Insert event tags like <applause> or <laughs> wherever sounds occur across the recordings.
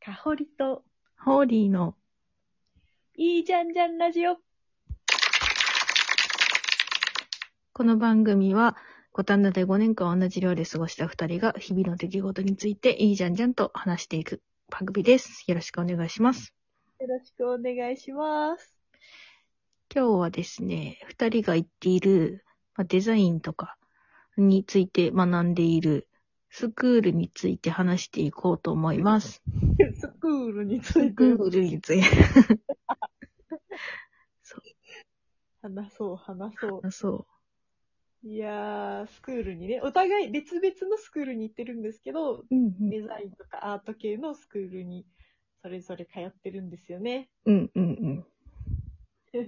かほりと、ホーリーの、いいじゃんじゃんラジオ。この番組は、五反田で5年間同じ寮で過ごした2人が、日々の出来事について、いいじゃんじゃんと話していく番組です。よろしくお願いします。よろしくお願いします。今日はですね、2人が言っている、まあ、デザインとかについて学んでいる、スクールについて話していこうと思います。 <laughs> スクールにつスいクてール <laughs> について。話そう、話そ。あそういやー、スクールにね、お互い別々のスクールに行ってるんですけど、う。うんデザインとかアート系のスクールにそれぞれ通ってるんですよね。うんうん <laughs> うん。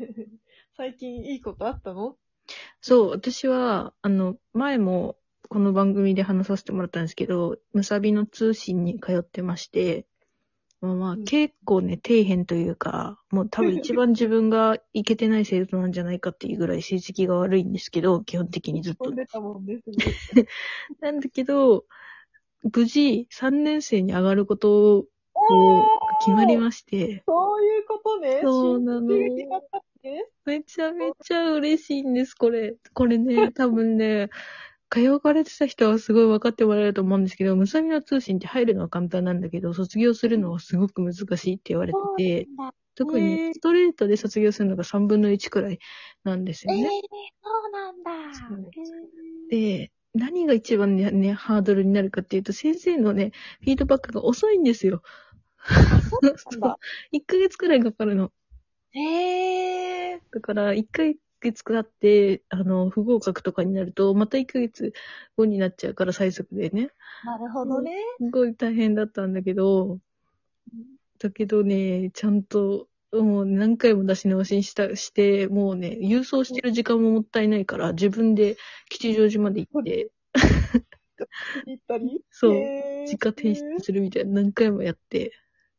最近いいことあったのそう、私は、あの、前もこの番組で話させてもらったんですけど、むさびの通信に通ってまして、まあまあうん結構ね、底辺というか、もう多分一番自分がいけてない生徒なんじゃないかっていうぐらい成績が悪いんですけど、基本的にずっと飛ん。でたもんですね。なんだけど、無事3年生に上がることをおー決まりまして、そういうことね。そうなの進級が決まったのね。めちゃめちゃ嬉しいんです、これ。こ <laughs> れね、多分ね、通われてた人はすごい分かってもらえると思うんですけど、むさみの通信って入るのは簡単なんだけど、卒業するのはすごく難しいって言われてて、そうなんだ特へにーストレートで卒業するのが3分の1くらいなんですえよーね。、そうなんだ。そうへーで、何が一番ね、ねハードルになるかっていうと、先生のね、フィードバックが遅いんですよ。 <laughs> なんだ1ヶ月くらいかかるの。へえ。だから、1ヶ月くらって、あの、不合格とかになると、また1ヶ月後になっちゃうから、最速でね。なるほどね。すごい大変だったんだけど、だけどね、ちゃんと、もう何回も出し直しした、して、もうね、郵送してる時間ももったいないから、自分で吉祥寺まで行って、行ったりそうへー自家提出するみたいな何回もやって。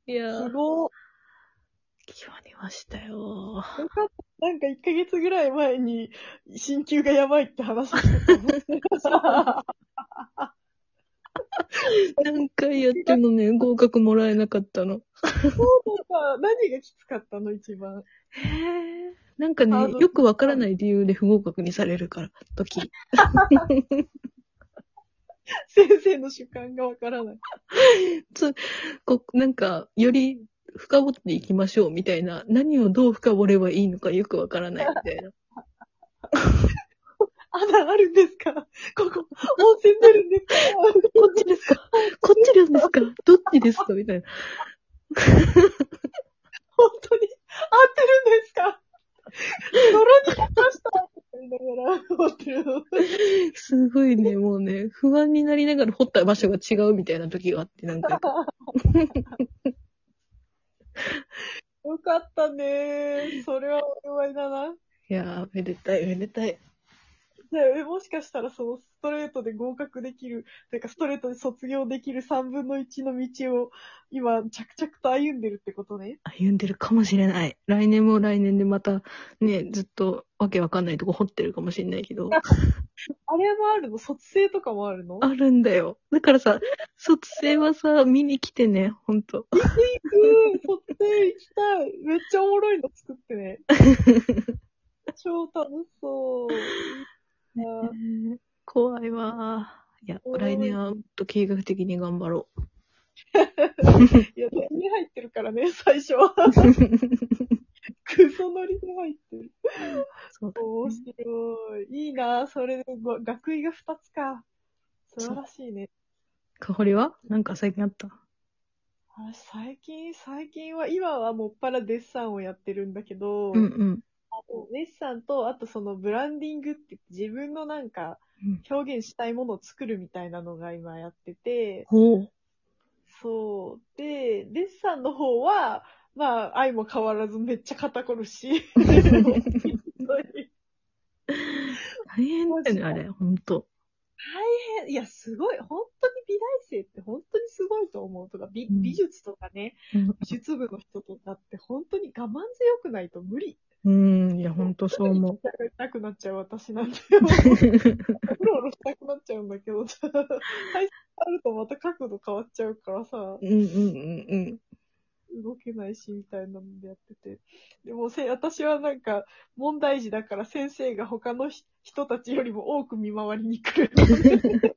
いやーす、ご決まりましたよい。よかった。なんか1ヶ月ぐらい前に、進級がやばいって話 <laughs> してた。何回やってもね、合格もらえなかったの。なんか何がきつかったの一番。なんかハーねド、ルよくわからない理由で不合格にされるから、 <laughs> 時。先生の主観がわからない。こなんか、より深掘っていきましょうみたいな、何をどう深掘ればいいのかよくわからないみたいな。穴あるんですかここ、温泉出るんですか <laughs> こっちですかこっちなんですかどっちですかみたいな。本当に合ってるんですか泥に出したって言いながら、合 <laughs> ってるの。すごいね、もうね、不安になりながら掘った場所が違うみたいな時があって、なんか、よかったねそれはお祝いだな。いやー、めでたい、めでたい。じゃあえもしかしたらそのストレートで合格できる、というかストレートで卒業できる3分の1の道を今着々と歩んでるってことね。歩んでるかもしれない。来年も来年でまた、ね、ずっとわけわかんないとこ掘ってるかもしれないけど。あれもあるの卒生とかもあるのあるんだよ。だからさ、卒生はさ、見に来てね、ほんと。うん、撮って行きたい。めっちゃおもろいの作って <laughs> ね。超楽しそう。いやー怖いわー。いや、おー来年はもっと計画的に頑張ろう。いや、手に入ってるからね、 <laughs> 最初は。クソノリで入ってる。そうだ面ね白い。いいなそれで、ご学位が2つか。素晴らしいね。かほりはなんか最近あったあ最近、最近は、今はもっぱらデッサンをやってるんだけど、うんうん。デッサンと、あとそのブランディングって言って自分のなんかうん表現したいものを作るみたいなのが今やってて、ほう。そう。で、デッサンの方は、まあ、愛も変わらずめっちゃ肩こる <laughs> し。本当に大変だよね、あれ、ほんと。いや、すごい。本当に美大生って本当にすごいと思うとか、美うん美術とかね、うん美術部の人とかって本当に我慢強くないと無理。うん、いや、ほんとそう思う。痛くなっちゃう私なんて。ううろうろしたくなっちゃうんだけど、体勢あるとまた角度変わっちゃうからさ。んうんうんうん。動けないし、みたいなのでやってて。でもせ、私はなんか、問題児だから先生が他のひ人たちよりも多く見回りに来 <laughs> る。あら、あら、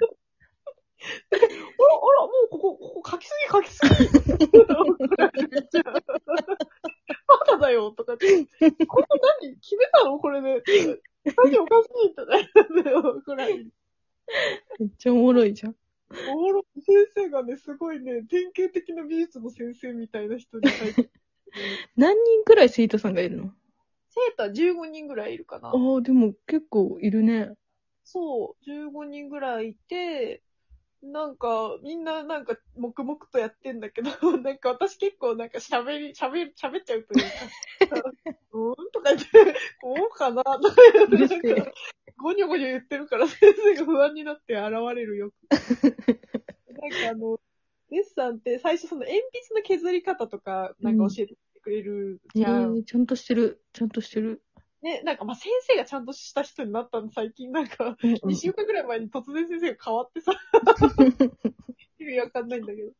もうここ、ここ書きすぎ書きすぎ怒られちゃう <laughs> バカだよとかって。これ何決めたのこれで。最初おかしいとか言って怒られる。めっちゃおもろいじゃん。おもろい先生がね、すごいね、典型的な美術の先生みたいな人で、最近何人くらい生徒さんがいるの <laughs> 生徒は15人ぐらいいるかなあ。あ、でも結構いるね。そう、15人ぐらいいて、なんか、みんななんか、黙々とやってんだけど、 <laughs> なんか私結構なんか喋り、喋り、喋っちゃうというか、 <laughs> うーんとか言って、こうかな、とか言って、うるせえなんか、ゴニョゴニョ言ってるから先生が不安になって現れるよ。なんかあの、デッサンって最初その鉛筆の削り方とか、なんか教えてくれるえじゃん。ーちゃんとしてる。ちゃんとしてる。ね、なんかまあ先生がちゃんとした人になったの最近なんか、うん2週間ぐらい前に突然先生が変わ <laughs> ってさ、意味わかんないんだけど。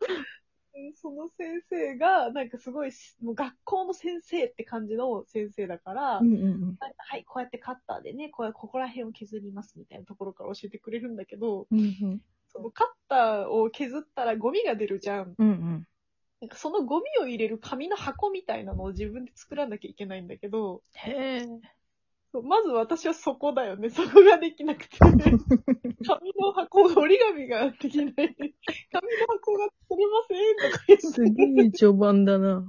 でその先生が、なんかすごいし、もう学校の先生って感じの先生だから、うんうんはいはい、こうやってカッターでね、こうここら辺を削りますみたいなところから教えてくれるんだけど、うん。うんそのカッターを削ったらゴミが出るじゃん。うん。うんなんかそのゴミを入れる紙の箱みたいなのを自分で作らなきゃいけないんだけど、へえ。そうまず私はそこだよね。そ <laughs> こができなく <laughs> て。紙の箱、折り紙がで <laughs> きない。紙の箱が作れませんとか言ってすげえ序盤だな。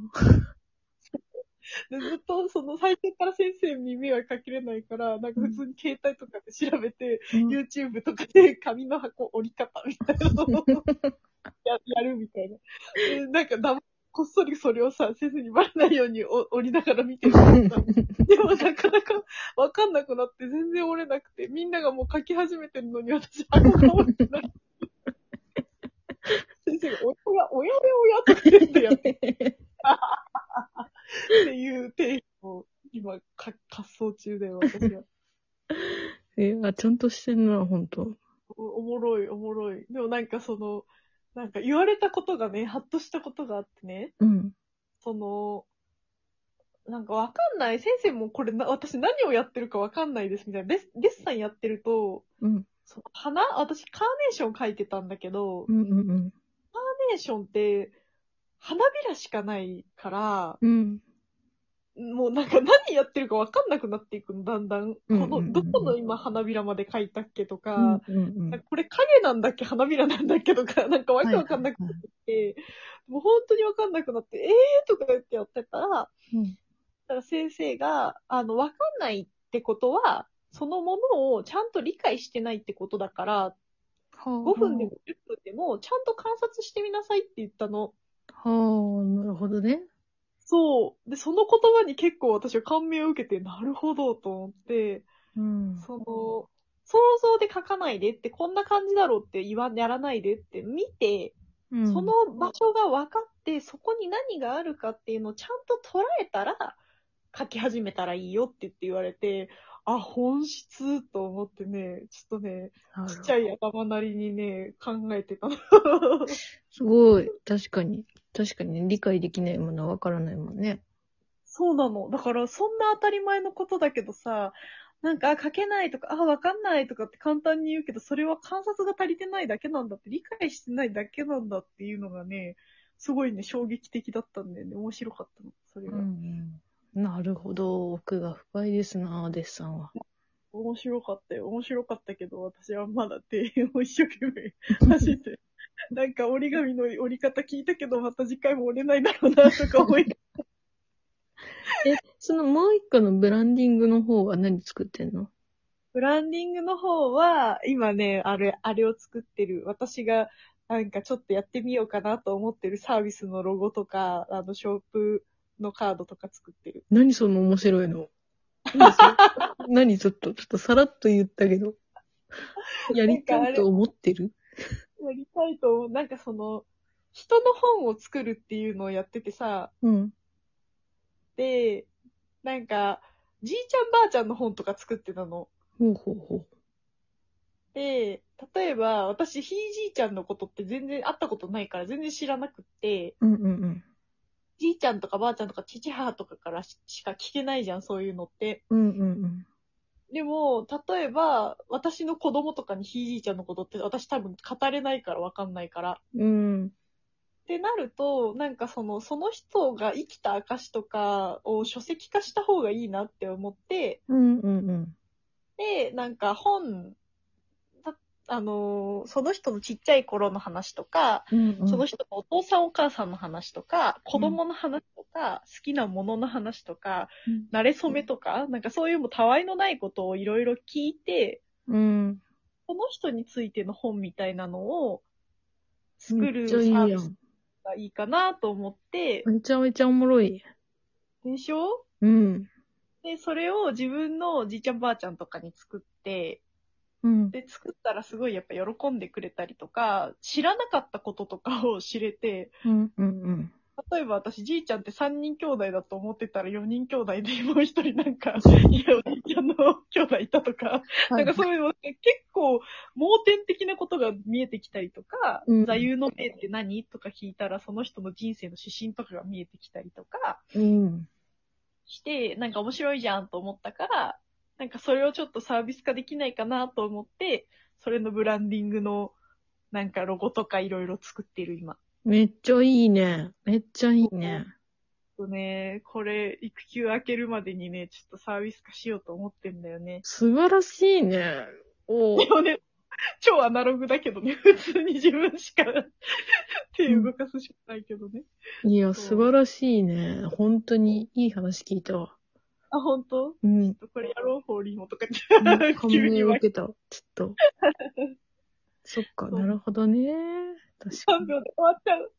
でずっとその最初から先生に迷惑かけれないから、なんか普通に携帯とかで調べて、YouTube とかで紙の箱折り方みたいなの <laughs> をややるみたいな。でなんかだこっそりそれをさ、先生にバレないようにお折りながら見てるからさ <laughs> でもなかなかわかんなくなって全然折れなくて、みんながもう書き始めてるのに私箱が折れてない。先生が、おや、おやおやおやとか言ってやってっていうテイスを今、か、滑走中で私は。えあ、ちゃんとしてんな、ほんと。おおもろい、おもろい。でもなんかその、なんか言われたことがね、ハッとしたことがあってね、うん。その、なんかわかんない。先生もこれな、私何をやってるかわかんないですみたいな。デッデッサンやってると、うん。その花私カーネーション描いてたんだけど、カーうんうんネーションって花びらしかないから、うん。うん。もうなんか何やってるかわかんなくなっていくの、だんだん。こうんうんうんうんの、どこの今花びらまで描いたっけとか、うんうんなんかこれ影なんだっけ花びらなんだっけとか、 <laughs> なんかわけわかんなくなって、もう本当にわかんなくなって、えーとか言ってやってたら、だうんから先生が、あの、わかんないってことは、そのものをちゃんと理解してないってことだから、5分でも10分でも、ちゃんと観察してみなさいって言ったの。はあ、なるほどね。そう。で、その言葉に結構私は感銘を受けて、なるほどと思って、うん。その、想像で書かないでって、こんな感じだろうって言わ、やらないでって見て、うんその、場所が分かって、そこに何があるかっていうのをちゃんと捉えたら、書き始めたらいいよって言って言われて、あ、本質と思ってね、ちょっとね、ちっちゃい。い頭なりにね、考えてたの。すごい。確かに。確かにね理解できないものはわからないもんね。そうなの。だから、そんな当たり前のことだけどさ、なんか、あ書けないとか、あ、わかんないとかって簡単に言うけど、それは観察が足りてないだけなんだって、理解してないだけなんだっていうのがね、すごいね、衝撃的だったんだよね。面白かったの、それが。んうん。なるほど。奥が深いですな、デッサンは。面白かったよ。面白かったけど、私はまだ庭園を一生懸命走ってる。なんか折り紙の折り方聞いたけど、また次回も折れないだろうな、とか思い、え、そのもう一個のブランディングの方は何作ってんのブランディングの方は、今ね、あれ、あれを作ってる。私が、なんかちょっとやってみようかなと思ってるサービスのロゴとか、あの、ショップのカードとか作ってる。何その面白いの何それ何ちょっと、ちょっとさらっと言ったけど。やりたいと思ってるやりたいと思う。なんかその、人の本を作るっていうのをやっててさ、うん。で、なんか、じいちゃんばあちゃんの本とか作ってたの。ほうほうほで、例えば、私、ひいじいちゃんのことって全然会ったことないから全然知らなくって、う。うんうんじいちゃんとかばあちゃんとか父母とかからししか聞けないじゃん、そういうのって。うんうんでも、例えば、私の子供とかにひいじいちゃんのことって私多分語れないからわかんないから。うん。うん。ってなると、なんかその、その人が生きた証とかを書籍化した方がいいなって思って、うんうんうん。で、なんか本、たあのーその人のちっちゃい頃の話とか、うんうん、その人のお父さんお母さんの話とか、子供の話とか、好きなものの話とか、うん慣れ初めとか、なんかそういうもうたわいのないことをいろいろ聞いて、うん。この人についての本みたいなのを作めっるちサゃいいーやんビス。がいいかなと思って、めちゃめちゃおもろい。でしょうん。で、それを自分のじいちゃんばあちゃんとかに作って、うん。で、作ったらすごいやっぱ喜んでくれたりとか、知らなかったこととかを知れて、うんうんうん。例えば私じいちゃんって3人兄弟だと思ってたら4人兄弟でもう一人なんか、いや、おじいちゃんの兄弟いたとか、なんかそういうの、結構、盲点的なことが見えてきたりとか、うん座右の銘って何とか聞いたら、その人の人生の指針とかが見えてきたりとかうん。して、なんか面白いじゃんと思ったから、なんかそれをちょっとサービス化できないかなと思って、それのブランディングの、なんかロゴとかいろいろ作ってる今。めっちゃいいね。めっちゃいいね。ちょっとね、これ、育休明けるまでにね、ちょっとサービス化しようと思ってんだよね。素晴らしいね。おうでもね、超アナログだけどね、普通に自分しか <laughs> 手動かすしかないけどね。いや、素晴らしいね。本当にいい話聞いたわ。あ、本当？ <laughs> うん。これやろう、ホーリーもとか言って、<laughs> 感急銘にを分受けけた。ちょっと。そっか、なるほどね。確か3。に秒で終わっちゃう。